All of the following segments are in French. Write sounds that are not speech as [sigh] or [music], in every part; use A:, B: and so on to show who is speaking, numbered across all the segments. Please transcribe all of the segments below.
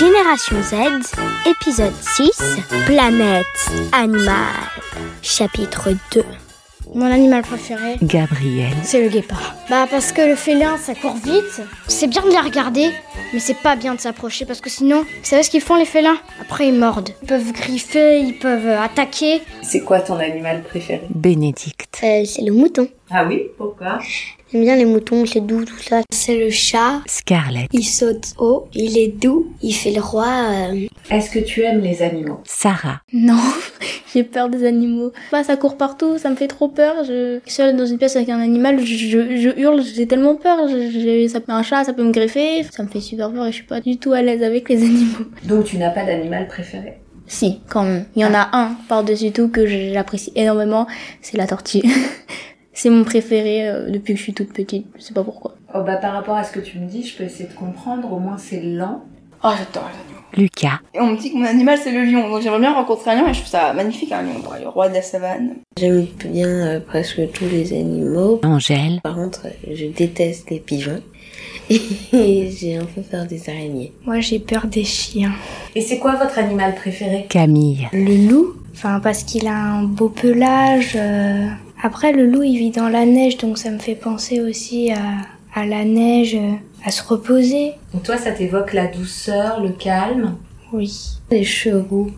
A: Génération Z, épisode 6, Planète Animal, chapitre 2.
B: Mon animal préféré,
C: Gabriel,
B: c'est le guépard. Bah parce que le félin, ça court vite. C'est bien de les regarder, mais c'est pas bien de s'approcher parce que sinon, vous savez ce qu'ils font les félins Après ils mordent. Ils peuvent griffer, ils peuvent euh, attaquer.
D: C'est quoi ton animal préféré
C: Bénédicte,
A: c'est le mouton.
D: Ah oui, pourquoi
A: J'aime bien les moutons, c'est doux, tout ça. C'est le chat,
C: Scarlett,
A: il saute haut, il est doux, il fait le roi. euh,
D: Est-ce que tu aimes les animaux
C: Sarah,
E: Non, [laughs] j'ai peur des animaux. Bah, ça court partout, ça me fait trop peur. Je suis seule dans une pièce avec un animal, je, je- je hurle, j'ai tellement peur. Je- j'ai- ça- un chat, ça peut me greffer. Ça me fait super peur et je suis pas du tout à l'aise avec les [laughs] animaux.
D: Donc tu n'as pas d'animal préféré
E: Si, quand même. Il y en a un par-dessus tout que je- j'apprécie énormément, c'est la tortue. [laughs] c'est mon préféré euh, depuis que je suis toute petite, je sais pas pourquoi.
D: Oh bah par rapport à ce que tu me dis, je peux essayer de comprendre, au moins c'est lent.
F: Oh, j'adore les animaux.
C: Lucas,
F: Et on me dit que mon animal, c'est le lion. Donc j'aimerais bien rencontrer un lion et je trouve ça magnifique, un lion. Bon, le roi de la savane.
G: J'aime bien euh, presque tous les animaux.
C: Angèle,
G: Par contre, je déteste les pigeons. [laughs] Et j'ai un peu peur des araignées.
B: Moi j'ai peur des chiens.
D: Et c'est quoi votre animal préféré
C: Camille,
B: Le loup, enfin parce qu'il a un beau pelage. euh. Après le loup il vit dans la neige donc ça me fait penser aussi à, à la neige, euh, à se reposer.
D: Donc toi ça t'évoque la douceur, le calme
B: Oui.
G: Les chevaux.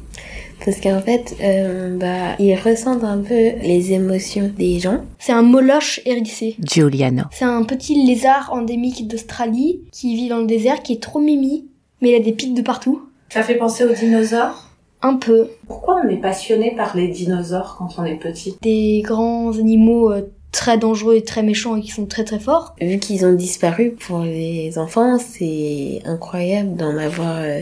G: Parce qu'en fait, euh, bah, ils ressentent un peu les émotions des gens.
H: C'est un moloche hérissé.
C: Giuliano,
H: C'est un petit lézard endémique d'Australie qui vit dans le désert, qui est trop mimi, mais il a des pics de partout.
D: Ça fait penser aux dinosaures
H: Un peu.
D: Pourquoi on est passionné par les dinosaures quand on est petit
H: Des grands animaux euh, très dangereux et très méchants et qui sont très très forts.
G: Vu qu'ils ont disparu pour les enfants, c'est incroyable d'en avoir euh,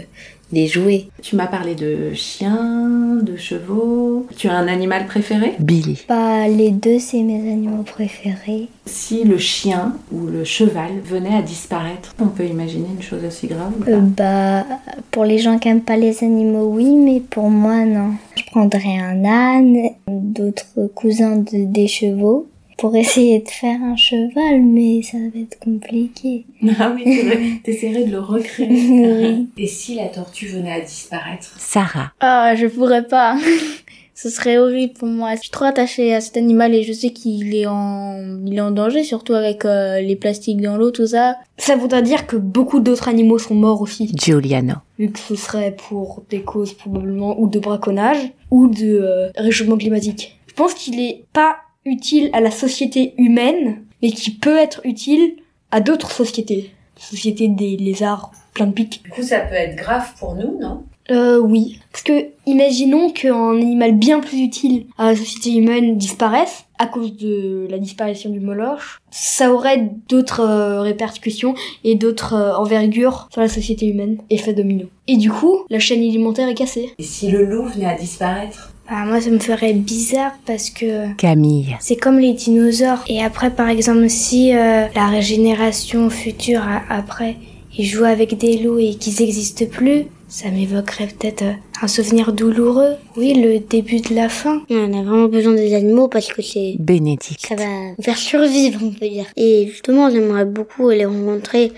G: des jouets.
I: Tu m'as parlé de chiens, de chevaux. Tu as un animal préféré
C: Billy,
A: Bah, les deux, c'est mes animaux préférés.
I: Si le chien ou le cheval venait à disparaître, on peut imaginer une chose aussi grave ou pas
A: Euh, bah, pour les gens qui aiment pas les animaux, oui, mais pour moi, non. Je prendrais un âne, d'autres cousins de, des chevaux, pour essayer de faire un cheval, mais ça va être compliqué.
I: Ah oui, c'est vrai. T'essaierais de le recréer.
A: Oui.
D: Et si la tortue venait à disparaître
C: Sarah,
E: Ah, je pourrais pas. [laughs] Ce serait horrible pour moi. Je suis trop attachée à cet animal et je sais qu'il est en, il est en danger, surtout avec euh, les plastiques dans l'eau, tout ça.
H: Ça voudrait dire que beaucoup d'autres animaux sont morts aussi,
C: Giuliano,
H: vu que ce serait pour des causes probablement ou de braconnage ou de euh, réchauffement climatique. Je pense qu'il est pas utile à la société humaine, mais qui peut être utile à d'autres sociétés. Société des lézards plein de pics.
D: Du coup ça peut être grave pour nous, non
H: Euh, oui. Parce que, imaginons qu'un animal bien plus utile à la société humaine disparaisse à cause de la disparition du moloche. Ça aurait d'autres euh, répercussions et d'autres euh, envergures sur la société humaine. Effet domino. Et du coup, la chaîne alimentaire est cassée.
D: Et si le loup venait à disparaître
B: Bah, moi ça me ferait bizarre parce que
C: Camille,
B: C'est comme les dinosaures. Et après, par exemple, si euh, la régénération future, a- après, ils jouent avec des loups et qu'ils n'existent plus, ça m'évoquerait peut-être euh, un souvenir douloureux. Oui, le début de la fin.
A: On a vraiment besoin des animaux parce que c'est
C: Bénédicte,
A: ça va nous faire survivre, on peut dire. Et justement, j'aimerais beaucoup aller rencontrer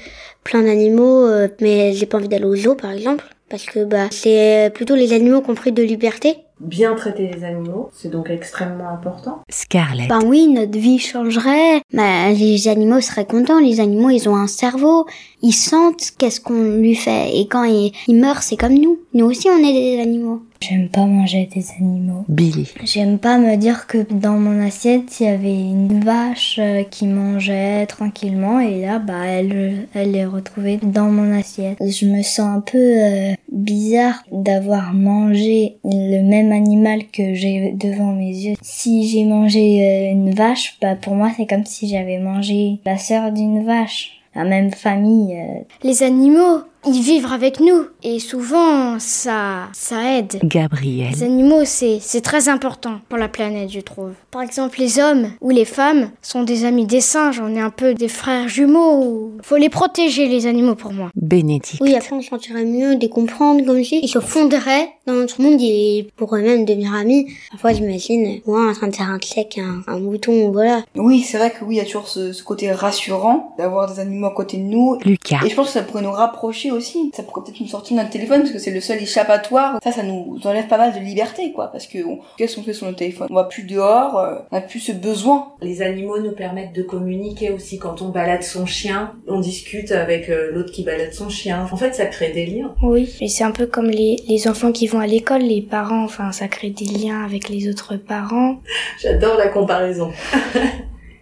A: plein d'animaux, euh, mais j'ai pas envie d'aller au zoo, par exemple, parce que bah c'est plutôt les animaux qui ont pris de liberté.
D: Bien traiter les animaux, c'est donc extrêmement important.
C: Scarlett,
A: Ben oui, notre vie changerait. Ben, les animaux seraient contents. Les animaux, ils ont un cerveau. Ils sentent qu'est-ce qu'on lui fait. Et quand ils, ils meurent, c'est comme nous. Nous aussi, on est des animaux.
J: J'aime pas manger des animaux.
C: Billy,
J: J'aime pas me dire que dans mon assiette, il y avait une vache euh, qui mangeait tranquillement et là, bah, elle, elle est retrouvée dans mon assiette. Je me sens un peu euh, bizarre d'avoir mangé le même animal que j'ai devant mes yeux. Si j'ai mangé euh, une vache, bah, pour moi, c'est comme si j'avais mangé la sœur d'une vache. La même famille, euh,
B: Les animaux, ils vivent avec nous. Et souvent, ça, ça aide. Les
C: Gabriel,
B: animaux, c'est c'est très important pour la planète, je trouve. Par exemple, les hommes ou les femmes sont des amis des singes. On est un peu des frères jumeaux. Faut les protéger, les animaux, pour moi.
C: Bénédicte,
A: Oui, après, on se sentirait mieux de les comprendre comme si ils se fonderaient dans notre monde et pourraient même devenir amis. Parfois, j'imagine, moi, en train de faire un sec, un, un mouton, voilà.
F: Oui, c'est vrai que oui, il y a toujours ce, ce côté rassurant d'avoir des animaux à côté de nous.
C: Lucas,
F: Et je pense que ça pourrait nous rapprocher aussi. Ça pourrait peut-être nous sortir de notre téléphone parce que c'est le seul échappatoire. Ça, ça nous enlève pas mal de liberté, quoi. Parce que on- qu'est-ce qu'on fait sur notre téléphone On va plus dehors, euh, on a plus ce besoin.
D: Les animaux nous permettent de communiquer aussi. Quand on balade son chien, on discute avec euh, l'autre qui balade son chien. En fait, ça crée des liens.
E: Oui, mais c'est un peu comme les, les enfants qui vont à l'école, les parents, enfin ça crée des liens avec les autres parents.
D: J'adore la comparaison.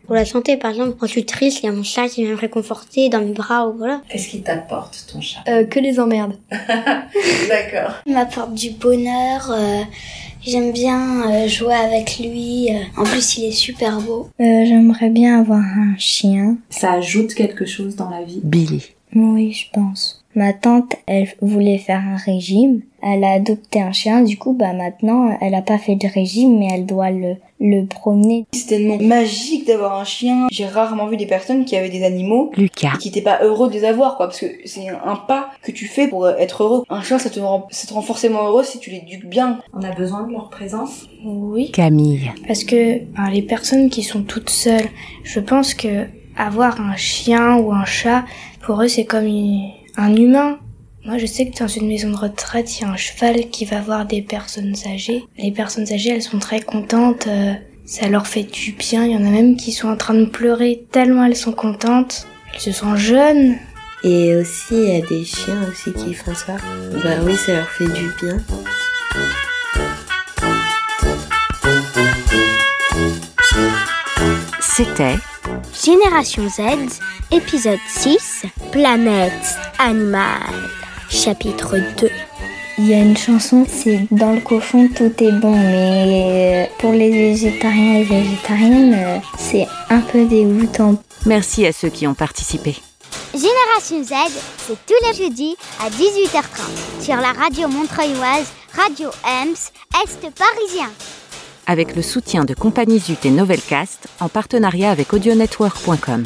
A: Pour la santé, par exemple, quand je suis triste, il y a mon chat qui vient me réconforter dans mes bras ou voilà.
D: Qu'est-ce qui t'apporte ton chat
K: Euh, que les emmerdes.
D: D'accord.
L: Il m'apporte du bonheur. euh, J'aime bien euh, jouer avec lui. euh. En plus, il est super beau.
M: Euh, J'aimerais bien avoir un chien.
N: Ça ajoute quelque chose dans la vie.
C: Billy.
M: Oui, je pense. Ma tante, elle voulait faire un régime. Elle a adopté un chien. Du coup, bah maintenant, elle a pas fait de régime, mais elle doit le, le promener.
F: C'est tellement magique d'avoir un chien. J'ai rarement vu des personnes qui avaient des animaux
C: Lucas.
F: et qui n'étaient pas heureux de les avoir, quoi. Parce que c'est un un pas que tu fais pour euh, être heureux. Un chien, ça te rend, ça te rend forcément heureux si tu l'éduques bien.
D: On a besoin de leur présence
E: Oui,
C: Camille.
E: parce que ben, les personnes qui sont toutes seules, je pense que avoir un chien ou un chat, pour eux c'est comme une- un humain. Moi je sais que dans une maison de retraite, il y a un cheval qui va voir des personnes âgées. Les personnes âgées, elles sont très contentes, euh, ça leur fait du bien. Il y en a même qui sont en train de pleurer tellement elles sont contentes. Elles se sentent jeunes.
G: Et aussi, il y a des chiens aussi qui font ça. Bah oui, ça leur fait du bien.
C: C'était
A: Génération Z, épisode 6, Planète Animale, chapitre 2.
M: Il y a une chanson, c'est dans le cochon tout est bon, mais euh, pour les végétariens et végétariennes, euh, c'est un peu dégoûtant.
C: Merci à ceux qui ont participé.
A: Génération Z, c'est tous les jeudis à 18h30 sur la radio montreuilloise Radio EMS, Est parisien.
C: Avec le soutien de Compagnie Zut et Novelcast, en partenariat avec audionetwork.com.